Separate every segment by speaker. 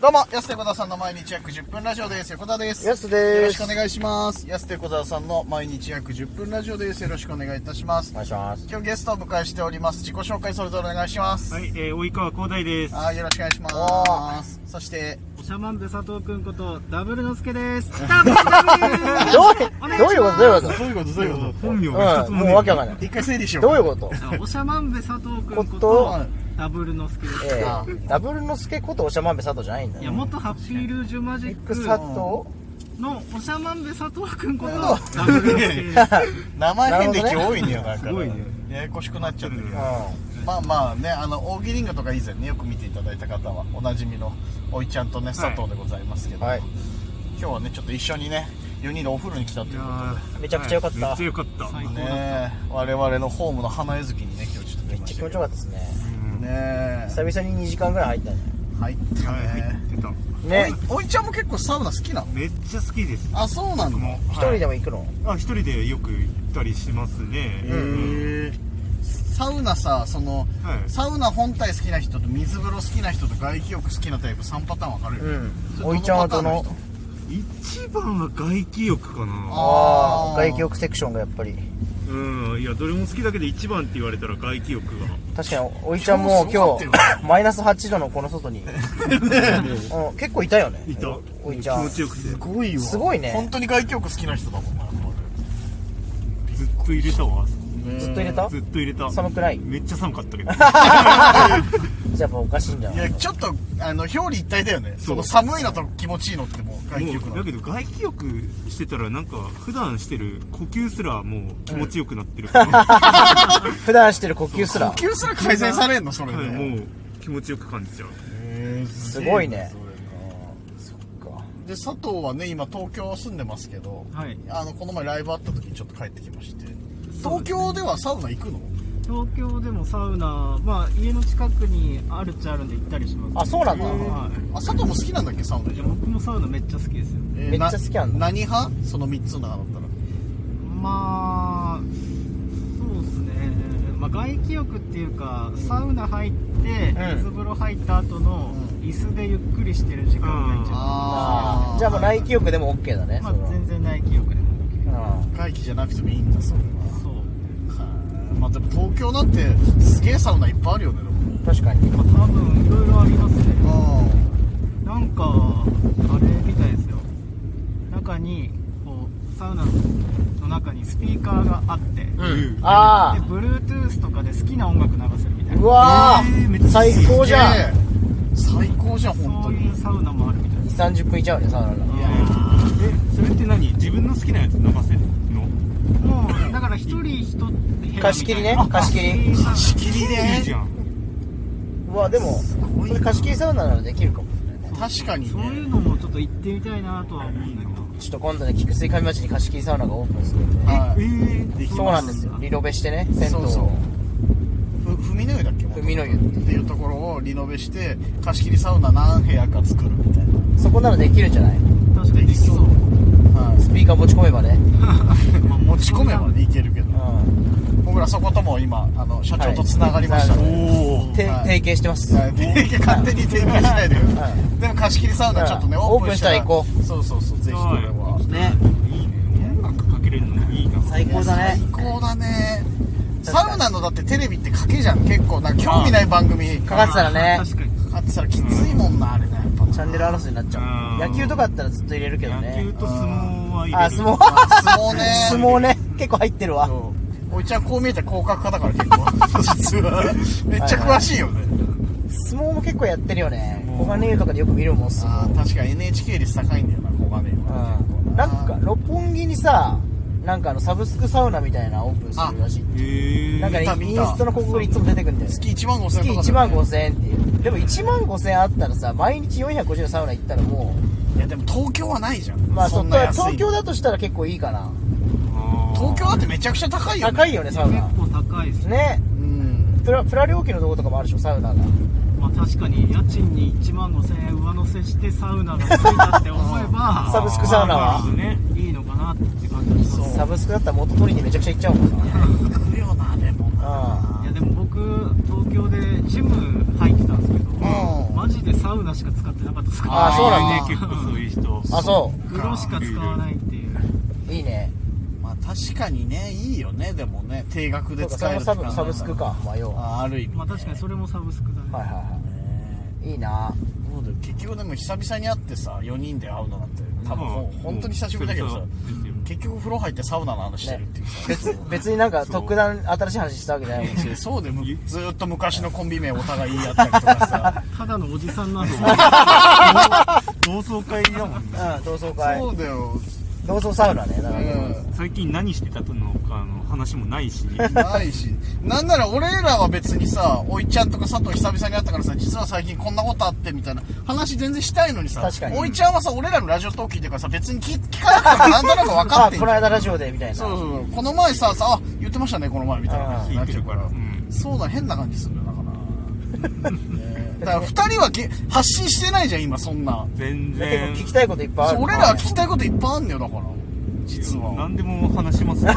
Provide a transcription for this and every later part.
Speaker 1: どうも、安手小沢さんの毎日約10分ラジオです。横田です。
Speaker 2: やすです
Speaker 1: よろしくお願いします。安手小沢さんの毎日約10分ラジオです。よろしくお願いいたします
Speaker 2: お。願いします。
Speaker 1: 今日ゲストをお迎えしております。自己紹介それぞれお願いします。
Speaker 3: はい、えー、及川光大です。
Speaker 1: はい、よろしくお願いします。そして、
Speaker 3: おしゃまんぶ佐藤くんこと、ダブルのすけです。ダブルダブル
Speaker 2: どういう、どういうことどういうこと
Speaker 1: どういうことどういうこ
Speaker 3: 本名が一つ
Speaker 2: うん、
Speaker 3: も
Speaker 2: もうわけわかん
Speaker 3: い。
Speaker 2: ない。
Speaker 1: 一回整理しよう。
Speaker 2: どういうこと
Speaker 3: あおしゃまんぶ佐藤くん
Speaker 2: こ
Speaker 3: ことと、ダブルのすけです。
Speaker 2: えー、ダブルの助ことおしゃまんべ佐藤じゃないんだ
Speaker 3: いや、
Speaker 2: よ。
Speaker 3: 元ハッピールージュマジック
Speaker 2: 佐藤
Speaker 3: のおしゃまんぶ佐藤くんこと、ダブルのすけです。
Speaker 1: 名前変
Speaker 2: な
Speaker 1: 歴
Speaker 2: るほ
Speaker 1: 多いんだよ、だから。
Speaker 3: すごいね
Speaker 1: ややこしくなっちゃってるけ
Speaker 2: う
Speaker 1: ど
Speaker 2: ん。。
Speaker 1: まあまあね、あの、大喜利ングとか以前ね、よく見ていただいた方は、おなじみの、おいちゃんとね、佐藤でございますけど、
Speaker 2: はい
Speaker 1: 今日はね、ちょっと一緒にね、4人でお風呂に来たということ
Speaker 2: めちゃくちゃ良かった
Speaker 3: めっちゃ良かった。
Speaker 1: で、ね、我々のホームの花江月にね、今日ちょっと来
Speaker 2: めっ
Speaker 1: ま
Speaker 2: ちゃ
Speaker 1: し
Speaker 2: 気
Speaker 1: た
Speaker 2: 持
Speaker 1: け
Speaker 2: ち
Speaker 1: ど。
Speaker 2: よかったですね。
Speaker 1: ね
Speaker 2: 久々に2時間ぐらい入ったね。
Speaker 1: 入った
Speaker 3: はい、入
Speaker 1: ね。
Speaker 3: ってた。
Speaker 2: ね。
Speaker 1: おいおいちゃんも結構サウナ好きなの
Speaker 3: めっちゃ好きです。
Speaker 1: あ、そうなの
Speaker 3: もう
Speaker 2: 一
Speaker 3: は
Speaker 2: 人
Speaker 3: い
Speaker 2: でも行くの
Speaker 3: あ、一人でよく行ったりしますね。
Speaker 1: へえ。サウナさ、その、
Speaker 3: はい
Speaker 1: サウナ本体好きな人と水風呂好きな人と外気浴好きなタイプ3パターン分かれるよね、
Speaker 2: うん
Speaker 1: それ
Speaker 2: おいちゃんはどの
Speaker 1: パターン人
Speaker 3: 一番は外気浴かな。
Speaker 2: あ
Speaker 1: あー
Speaker 2: あ、外気浴セクションがやっぱり。
Speaker 3: うん、いや、どれも好きだけど一番って言われたら外気浴が。
Speaker 2: 確かに、おいちゃんも
Speaker 1: 今
Speaker 2: 今
Speaker 1: 日すごかった
Speaker 2: 日、マイナス8度のこの外に。うん結構いたよね。
Speaker 3: いた。
Speaker 2: おいちゃ
Speaker 3: 気
Speaker 2: ん
Speaker 3: 持。ちよくて。
Speaker 1: すごいわ
Speaker 2: すごいね
Speaker 1: 本当に外気浴好きな人だもんな
Speaker 3: ずっと入れたわ。
Speaker 2: ずっと入れた
Speaker 3: ずっと入れた。
Speaker 2: 寒くない
Speaker 3: めっちゃ寒かったけど。
Speaker 2: じゃあやっぱおかしいんじゃん
Speaker 1: い。やちょっとあの表裏一体だよねそ
Speaker 3: そう
Speaker 1: の寒いのと気持ちいいのってもう外気浴
Speaker 3: も
Speaker 1: な
Speaker 3: う
Speaker 1: の
Speaker 3: だけど外気浴してたらなんか普段してる呼吸すらもう気持ちよくなってるから、
Speaker 2: 普段してる呼吸すら
Speaker 1: 呼。吸すら改善されんのそれで、
Speaker 3: はい もう気持ちよく感じちゃう
Speaker 1: へーす
Speaker 2: す
Speaker 1: げえな
Speaker 2: ごいね
Speaker 1: それ
Speaker 2: そっか。
Speaker 1: で佐藤はね今東京住んでますけど、
Speaker 3: はい
Speaker 1: あのこの前ライブあった時にちょっと帰ってきまして東京ではサウナ行くの
Speaker 3: 東京でもサウナまあ家の近くにあるっちゃあるんで行ったりします
Speaker 2: あ、そうなんだ。
Speaker 3: はい
Speaker 1: あ佐藤も好きなんだっけサウナ
Speaker 3: いや僕もサウナめっちゃ好きですよ
Speaker 1: えー
Speaker 2: めっちゃ好きなんだ
Speaker 1: な何派その3つの中だったら
Speaker 3: まあそうですねまあ外気浴っていうかサウナ入って
Speaker 2: うん
Speaker 3: 水風呂入った後の
Speaker 1: う
Speaker 3: 椅子でゆっくりしてる時間が一番
Speaker 2: あーじゃあもう内気浴でも OK だね。
Speaker 3: ま
Speaker 2: そ
Speaker 3: あ
Speaker 2: れは
Speaker 3: 全然内気浴でも OK
Speaker 2: うん
Speaker 1: 外気じゃなくてもいいんだそれは
Speaker 3: そう、
Speaker 1: まあでも東京なんてすげえサウナいっぱいあるよねでも
Speaker 2: 確かに。
Speaker 3: まあ、多分いろいろありますね
Speaker 1: あ
Speaker 3: なんかあれみたいですよ中にこうサウナの中にスピーカーがあって、
Speaker 2: うん。あ
Speaker 3: で Bluetooth とかで好きな音楽流せるみたいな
Speaker 2: ー。うわ
Speaker 1: えーめっ
Speaker 2: ー。
Speaker 1: ちゃ
Speaker 2: 最高じゃん。
Speaker 1: 最高じゃん本
Speaker 3: そ
Speaker 1: 当
Speaker 3: う
Speaker 1: に
Speaker 3: いうサウナもあるみたいです
Speaker 2: 2、30分いちゃうね、サウナが。
Speaker 3: え
Speaker 4: それって何自分の好きなやつ飲ませるの
Speaker 3: もうだから一人一部屋みたいな
Speaker 2: 貸し切りね貸し切り
Speaker 3: あ貸し
Speaker 1: 切り
Speaker 4: いいじゃん
Speaker 2: うわ、でも、これ貸し切りサウナならできるかもしれないね。
Speaker 1: 確か
Speaker 3: 切り
Speaker 1: に
Speaker 3: そういう
Speaker 1: ね
Speaker 3: のもちょっと行ってみたいなとは思うんだけど
Speaker 2: ちょっと今度ね、菊水上町に貸し切りサウナがオープンするんで。
Speaker 1: は
Speaker 4: え
Speaker 1: い
Speaker 4: ー、でき
Speaker 2: そうなんですよ。リノベしてね、銭湯
Speaker 1: そうそう
Speaker 2: を。
Speaker 1: ふ文の湯だっけ
Speaker 2: 文の湯って
Speaker 1: っていうところをリノベして貸し切りサウナ何部屋か作るみたい
Speaker 2: そこならできるんじゃない
Speaker 3: 確かにできそう
Speaker 1: な、は
Speaker 2: スピーカー持ち込めばね。
Speaker 1: い、まあ持ち込めばでいけるけど
Speaker 2: うん。
Speaker 1: 僕らそことも今あの社長とつながりましたね、
Speaker 4: おお
Speaker 2: て
Speaker 1: はい
Speaker 2: 提携してます。
Speaker 1: はい 勝手に提供しないでよでも貸し切りサウナちょっとね
Speaker 2: うん
Speaker 1: オープンしたら
Speaker 2: オープンした
Speaker 1: うそ
Speaker 2: ら行こ
Speaker 1: うそうそうぜひそれは
Speaker 2: ね。
Speaker 4: いいね音楽かけれるのいいな
Speaker 2: 最高だね。
Speaker 1: 最高だねサウナのだってテレビって賭けじゃん結構なんか興味ない番組
Speaker 2: かかってたらね。
Speaker 3: 確かに
Speaker 1: あってたらきついもんなあれねやっぱ
Speaker 2: チャンネル争いになっちゃう。
Speaker 4: うん
Speaker 2: 野球とかあったらずっと入れるけどね。
Speaker 4: 野球と相撲は入れる
Speaker 2: あ、相撲
Speaker 1: 相撲ね
Speaker 2: 相撲ね。結構入ってるわ。
Speaker 1: そうおいちゃんこう見えたら広角派だから結構 実はめっちゃ詳しいよね
Speaker 2: 相撲も結構やってるよね。小金湯とかでよく見るもん、相撲。
Speaker 1: あー確か NHK 率高いんだよな小金井は
Speaker 2: うん。なんか、六本木にさ、なんかあの、サブスクサウナみたいなオープンするらしい。
Speaker 4: えー、
Speaker 2: なんか
Speaker 1: 見た
Speaker 2: ね、
Speaker 1: 見
Speaker 2: イ
Speaker 1: た
Speaker 2: ンストの広告にいつも出てくんだよね。
Speaker 1: 月1万5000
Speaker 2: 月
Speaker 1: 円とか
Speaker 2: 1万5000円っていう。でも1万5000円あったらさ、毎日450のサウナ行ったらも
Speaker 1: いやでも東京はないじゃん
Speaker 2: う、まあそ
Speaker 1: そ
Speaker 2: っ
Speaker 1: ん
Speaker 2: か
Speaker 1: な
Speaker 2: ら
Speaker 1: 安い
Speaker 2: 東京だとしたら結構いいかな。
Speaker 4: あー
Speaker 1: 東京だってめちゃくちゃ高いよね
Speaker 2: 高いよね、サウナ。
Speaker 3: 結構高いですね
Speaker 2: ね。
Speaker 1: うん
Speaker 2: プラ、プラ料金のとことかもあるでしょ、サウナが。
Speaker 3: まあ確かに家賃に1万5000円上乗せしてサウナがついたって思えば
Speaker 2: サブスクサウナは。
Speaker 4: あーなるほどね
Speaker 3: いいのかなって感じがします
Speaker 2: サブスクだったら元取りにめちゃくちゃ行っちゃうもんな。
Speaker 1: 来るよなでも
Speaker 2: うん
Speaker 3: いやでも僕東京でジム入ってたんですけど
Speaker 1: ん
Speaker 3: 毎マジでサウナしか使ってなかったですから
Speaker 2: あーそうなんだ
Speaker 4: いるね結構そういう人
Speaker 2: あそ
Speaker 3: 風呂しか使わないっていう
Speaker 2: ういいね
Speaker 1: まあ確かにねいいよねでもね定額で
Speaker 2: そうかそ
Speaker 1: 使え
Speaker 2: れ
Speaker 1: る
Speaker 2: もサブサブスク
Speaker 1: か
Speaker 2: かまあ要は
Speaker 1: あある意味、ね、
Speaker 3: まあ確かにそれもサブスクだね、
Speaker 2: はいはいはいいいな
Speaker 1: そうだよ結局でも久々に会ってさ4人で会うのなんて多分もう本当に久しぶりだけどさ結局風呂入ってサウナの話してるっていうさ、
Speaker 2: 別別になんか特段新しい話したわけじゃないもん
Speaker 1: そうでもずーっと昔のコンビ名お互い言い合ったりとかさ
Speaker 3: ただのおじさんなんですよ
Speaker 4: 同窓会だもんね
Speaker 2: うん同窓会
Speaker 1: そうだよ、
Speaker 2: 同窓サウナねだからね
Speaker 1: う
Speaker 4: 最近何してたのかの話もないし
Speaker 1: ん、ないしなんなら俺らは別にさおいちゃんとか佐藤久々に会ったからさ実は最近こんなことあってみたいな話全然したいのにさ
Speaker 2: 確かに
Speaker 1: おいちゃんはさ俺らのラジオトーク聞いてるからさ別に聞聞かなくてもなんとなく分かっ
Speaker 2: あ
Speaker 1: てん
Speaker 2: こ
Speaker 1: じ
Speaker 2: の
Speaker 1: ゃん
Speaker 2: 間ラジオでみたいな
Speaker 1: そうそうそうこの前ささあ言ってましたねこの前みたいな感じに
Speaker 4: 聞
Speaker 1: ないっちゃ
Speaker 4: て
Speaker 1: うか
Speaker 4: るから、
Speaker 1: ら
Speaker 4: うん
Speaker 1: そうだ変な感じするんだよだから ねだから2人はげ発信してないじゃん今そんな
Speaker 4: 全
Speaker 2: 結
Speaker 4: 然
Speaker 2: 構聞きたいこといっぱいある
Speaker 1: そう俺らは聞きたいこといっぱいあんだよだから実は
Speaker 4: 何でも話しますよ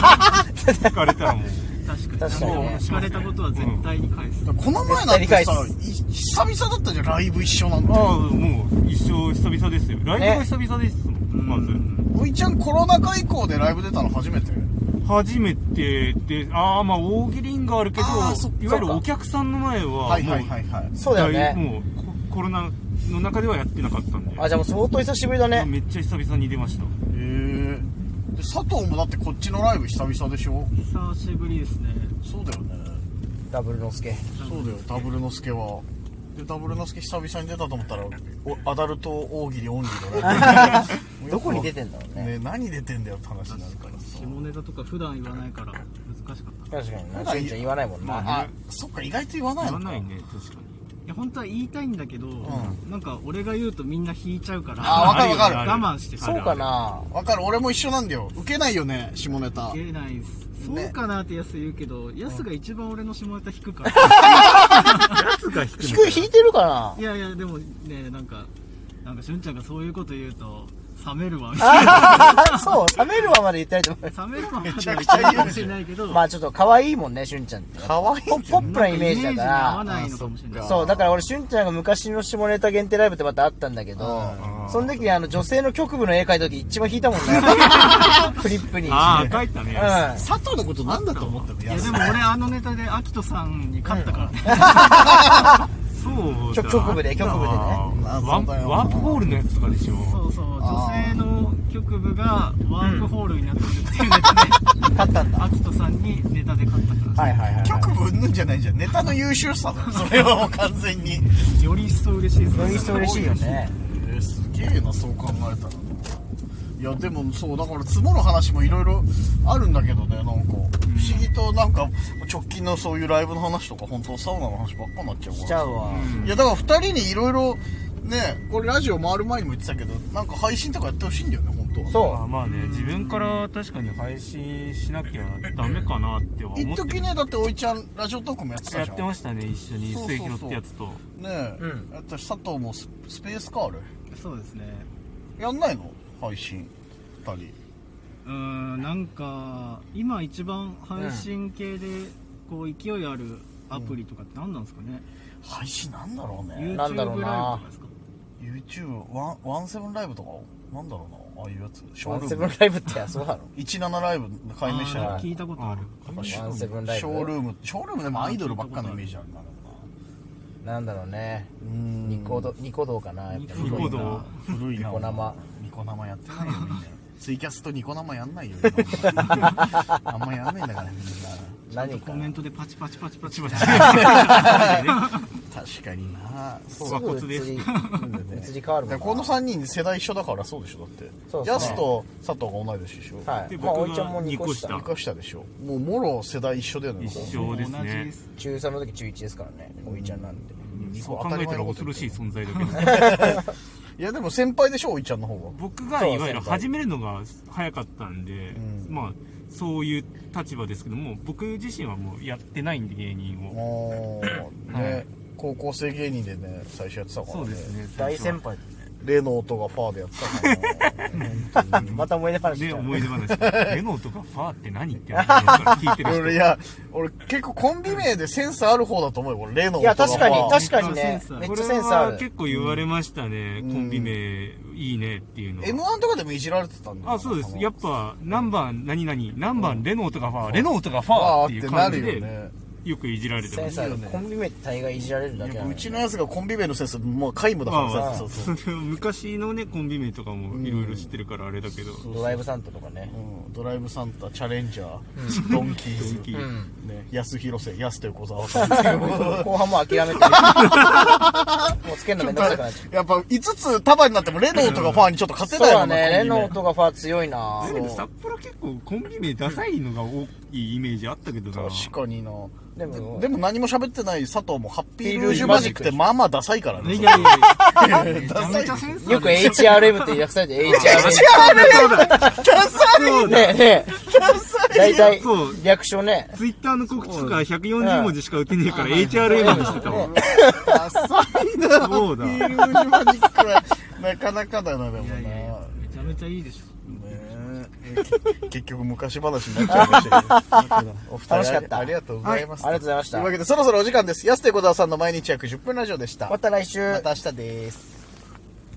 Speaker 4: 聞かれたらもう
Speaker 3: 確かに
Speaker 2: 確かにね
Speaker 3: 聞かれたことは絶対に返す、
Speaker 1: この前なんてさ
Speaker 2: 絶
Speaker 1: い久々だったじゃんライブ一緒なんて
Speaker 4: ああもう一生久々ですよライブが久々ですもんまず
Speaker 1: おいちゃんコロナ禍以降でライブ出たの初めて
Speaker 4: 初めてでああまあ大喜利があるけど
Speaker 1: あーそっか
Speaker 4: いわゆるお客さんの前はもう、
Speaker 1: はいはいはいはい
Speaker 2: そうだよね
Speaker 4: もうココロナの中ではやってなかったんで
Speaker 2: あじゃあもう相当久しぶりだね
Speaker 4: めっちゃ久々に出ました
Speaker 1: へえで佐藤もだってこっちのライブ久々でしょ
Speaker 3: 久しぶりですね
Speaker 1: そうだよね
Speaker 2: ダブルのすけ
Speaker 1: そうだよダブルのすけはでダブルのすけ久々に出たと思ったらおアダルト大喜利オンリーのライブ
Speaker 2: どこに出てんだろうね
Speaker 1: ね何出てんだよって話になるからさ
Speaker 3: 下ネタとか普段言わないから難しかった
Speaker 2: 確かになしゅんちゃん言わないもんな、
Speaker 4: ま
Speaker 1: あそっか意外と言わない
Speaker 4: 言
Speaker 1: のか
Speaker 4: わないね確かに
Speaker 3: いや本当は言いたいんだけど、なんか俺が言うとみんな引いちゃうから
Speaker 1: あーわかるわかる
Speaker 3: 我慢してる
Speaker 2: そうかな
Speaker 1: わかる俺も一緒なんだよ受けないよね下ネタ
Speaker 3: 言えないです
Speaker 1: ね
Speaker 3: そうかなってやす言うけど、やすが一番俺の下ネタ引くから
Speaker 4: 圧が低い
Speaker 2: 引く引いてるか ない
Speaker 3: やいやでもねなんかなんかしゅんちゃんがそういうこと言うと冷めるわみたい な
Speaker 2: そう冷めるわまで言ったりとか
Speaker 3: 冷めるわまで
Speaker 1: ちゃ
Speaker 3: は
Speaker 1: く
Speaker 3: い
Speaker 1: ちゃ言う
Speaker 3: かない
Speaker 1: じゃん
Speaker 3: かもしれないけど、
Speaker 2: まあちょっと可愛いもんねしゅんちゃんって
Speaker 1: かわい
Speaker 2: ポポップなイメージだ
Speaker 3: に
Speaker 2: か
Speaker 3: 合わ
Speaker 2: ら
Speaker 3: ないのかもしれない
Speaker 1: あー
Speaker 2: そうだから俺しゅんちゃんが昔の下ネタ限定ライブってまたあったんだけど
Speaker 4: あー
Speaker 2: その時にあの女性の局部の絵描いた時一番引いたもんねフリップに
Speaker 4: ああ書いたね、
Speaker 2: うん
Speaker 1: 佐藤のことなんだと思ったの
Speaker 3: いやでも俺あのネタでアキトさんに勝ったからね、
Speaker 4: そうだ
Speaker 2: 局局部で
Speaker 4: あった
Speaker 2: 局部でね
Speaker 4: ワ
Speaker 1: あ
Speaker 4: ン
Speaker 1: そうだよ
Speaker 4: ワープホールのやつとかでしょ
Speaker 3: そうそう女
Speaker 1: あー
Speaker 3: 性の局部がワークホールになってるっていうネタで、
Speaker 2: 買ったんだ
Speaker 3: アキトさんにネタで勝ったから、
Speaker 2: はいはいはいはい
Speaker 1: 局部うんぬんじゃないじゃんネタの優秀さだよそれはもう完全に
Speaker 3: より一層嬉しいです
Speaker 2: より一層嬉しいよね
Speaker 1: えーすげえなそう考えたらいやでもそうだから積もる話もいろいろあるんだけどねなんか不思議となんか直近のそういうライブの話とか本当サウナの話ばっかになっちゃうから
Speaker 2: しちゃうわ
Speaker 1: いやだから2人にいろいろねこれラジオ回る前にも言ってたけどなんか配信とかやってほしいんだよね本当は
Speaker 4: まあ
Speaker 2: そ
Speaker 4: まあね自分から確かに配信しなきゃダメかなっては思
Speaker 1: 一
Speaker 4: って
Speaker 1: 時ねだっておいちゃんラジオトークもやってた
Speaker 4: や
Speaker 1: じゃん
Speaker 4: ってましたね一緒に
Speaker 1: そうそう
Speaker 4: 末
Speaker 1: そう
Speaker 4: 広ってやつと
Speaker 1: ねえ、
Speaker 2: うん
Speaker 1: やったし佐藤もススペースカール
Speaker 3: そうですね
Speaker 1: やんないの配信2人
Speaker 3: うーんなんか今一番配信系でこう勢いあるアプリとかって何なんですかね、
Speaker 1: 配信なんだろうね
Speaker 3: YouTube ラ
Speaker 2: な
Speaker 3: イ
Speaker 2: ん
Speaker 3: ブ
Speaker 2: だろう
Speaker 3: と
Speaker 2: な
Speaker 3: かですか
Speaker 1: YouTube ワンワンセブンライブとかなんだろうなああいうやつシ
Speaker 2: う
Speaker 1: ョ
Speaker 2: ワンセ
Speaker 1: ー
Speaker 2: ブ
Speaker 1: ルー
Speaker 2: ン
Speaker 1: ム
Speaker 2: ライブってそうだろ
Speaker 1: 17ライブの解明したら
Speaker 3: あーなんか聞いたことある
Speaker 1: シ
Speaker 2: ワンセブンライブ
Speaker 1: ョールームショールームでもアイドルばっかのイメージあるな
Speaker 2: なんだろうね
Speaker 1: うーん
Speaker 2: ニコ動ニコ動かなやっぱ
Speaker 3: ニ
Speaker 4: ニ
Speaker 3: コ動
Speaker 4: コ
Speaker 2: な
Speaker 4: 動
Speaker 1: 古いな
Speaker 2: ニコ生
Speaker 1: ニコ生やってないよみんなツイキャスとニコ生やんないよ今あんまやんないんだからみんな
Speaker 2: 何か
Speaker 3: コメントでパチパチパチパチパチ
Speaker 1: 確かになそう
Speaker 4: そう
Speaker 2: すぐ移り移り変わるもん
Speaker 1: だ
Speaker 2: な
Speaker 1: からこの3人世代一緒だからそうでしょだって
Speaker 2: そうですね
Speaker 1: ヤスと佐藤が同い年でしょ
Speaker 2: は
Speaker 4: で
Speaker 2: いまあお
Speaker 4: 僕
Speaker 2: いちゃんも
Speaker 4: が
Speaker 2: 2個
Speaker 4: 二
Speaker 2: 下
Speaker 4: 個
Speaker 1: 生かしたでしょもうもろ世代一緒だよね
Speaker 4: 一緒です
Speaker 3: 同じ
Speaker 4: ね
Speaker 3: です
Speaker 2: 中3の時中1ですからねおいちゃんなんて
Speaker 4: そう考えたら恐ろしい存在だけど
Speaker 1: いやでも先輩でしょおいちゃんの方が
Speaker 4: 僕がいわゆる始めるのが早かったんで、
Speaker 1: うん
Speaker 4: まあそういう立場ですけども僕自身はもうやってないんで芸人を、
Speaker 1: もうね、
Speaker 4: はい
Speaker 1: 高校生芸人でね最初やってたからね
Speaker 4: そうですね
Speaker 2: 大
Speaker 4: 最
Speaker 2: 先
Speaker 4: 初は
Speaker 2: 輩
Speaker 1: 例の音がファーでやってたから
Speaker 2: あまた思い出話し
Speaker 4: で
Speaker 2: ちゃう
Speaker 4: 思い出話レノとかファーって何って思いながら聞いてる 人
Speaker 1: 俺いや俺結構コンビ名でセンスある方だと思うよ俺例の音が
Speaker 2: いや確かに
Speaker 1: ファー
Speaker 2: 確かにね
Speaker 3: センスある
Speaker 2: めっ
Speaker 4: こ
Speaker 2: ち
Speaker 4: れ
Speaker 2: ゃセンスあ
Speaker 4: は
Speaker 2: る
Speaker 4: 結構言われましたね、
Speaker 1: うん
Speaker 4: コンビ名いいねっていうのは
Speaker 1: M1 とかでもいじられてたんだよ
Speaker 4: あそうです
Speaker 1: 多分
Speaker 4: やっぱ何番何々何番レノーとかファーレノーとかフ
Speaker 1: フ
Speaker 4: ァー
Speaker 1: ァ
Speaker 4: って
Speaker 1: ー
Speaker 4: い
Speaker 1: って
Speaker 4: う
Speaker 1: な
Speaker 4: 感
Speaker 1: る
Speaker 4: じ
Speaker 1: よ
Speaker 4: で
Speaker 1: ね
Speaker 4: よくいじられて
Speaker 2: セ
Speaker 4: ま
Speaker 2: ン
Speaker 4: す
Speaker 2: スあるコンビ名って大概いじられるだけ
Speaker 1: い
Speaker 2: な
Speaker 1: や
Speaker 2: の
Speaker 1: うちのやつがコンビ名のセンスもう皆無だから
Speaker 4: ま
Speaker 1: さ
Speaker 4: あ
Speaker 1: そう
Speaker 4: そ
Speaker 1: そう、
Speaker 4: れは 昔のねコンビ名とかもいろいろ知ってるからあれだけど、
Speaker 2: ドライブサンタとかね
Speaker 1: うん、ドライブサンタチャレンジャードンキーズ
Speaker 4: ドンキー
Speaker 1: ね、安広瀬安という小沢さんですけど
Speaker 2: 後半もう諦めてるもうつけるのめんどくさくなっちゃう
Speaker 1: やっぱ5つ束になってもレノーとかファーにちょっと勝て
Speaker 2: そう
Speaker 1: ないも
Speaker 2: だ
Speaker 1: ん
Speaker 2: ねレ
Speaker 1: コンビ
Speaker 2: ノ
Speaker 1: 名
Speaker 2: ーとかファー強いな
Speaker 4: だけど札幌結構コンビ名ダサいのが多いイメージあったけどな
Speaker 1: 確かにな
Speaker 2: で
Speaker 1: で
Speaker 2: も
Speaker 1: も何も喋ってない佐藤もハッピー
Speaker 2: ー
Speaker 1: ル
Speaker 2: ル
Speaker 1: ー
Speaker 2: ー
Speaker 1: ジ
Speaker 2: ジ
Speaker 1: ュ
Speaker 2: ュ
Speaker 1: マ
Speaker 2: マ
Speaker 1: ジ
Speaker 2: ジ
Speaker 1: ッ
Speaker 2: ッ
Speaker 1: ク
Speaker 2: ク
Speaker 1: ってまあまあダサいからね
Speaker 4: いやいやいやめちゃめちゃセンスあ
Speaker 2: よく
Speaker 4: る
Speaker 2: HRM って略されて HRM
Speaker 1: ダサい
Speaker 4: そうだ
Speaker 2: ねね大体
Speaker 4: そう
Speaker 2: 略称ね
Speaker 4: ツイッターの告知とか140文字しか打てねえから HRM にしてたもん。
Speaker 1: ダサいなハ
Speaker 4: そうだ
Speaker 1: ッピールージュマジックはなかなかだなでも
Speaker 3: い
Speaker 1: な
Speaker 3: やいやいや
Speaker 1: ね
Speaker 3: めちゃめちゃいいでし
Speaker 1: えけ結局昔話になっちゃいましたけどお二人
Speaker 2: 楽しかった
Speaker 1: ありがとうございます、
Speaker 2: はいありがとうございまし
Speaker 1: と
Speaker 2: た
Speaker 1: いうわけでそろそろお時間です安手小沢さんの毎日約10分ラジオでした
Speaker 2: また来週
Speaker 1: また明日です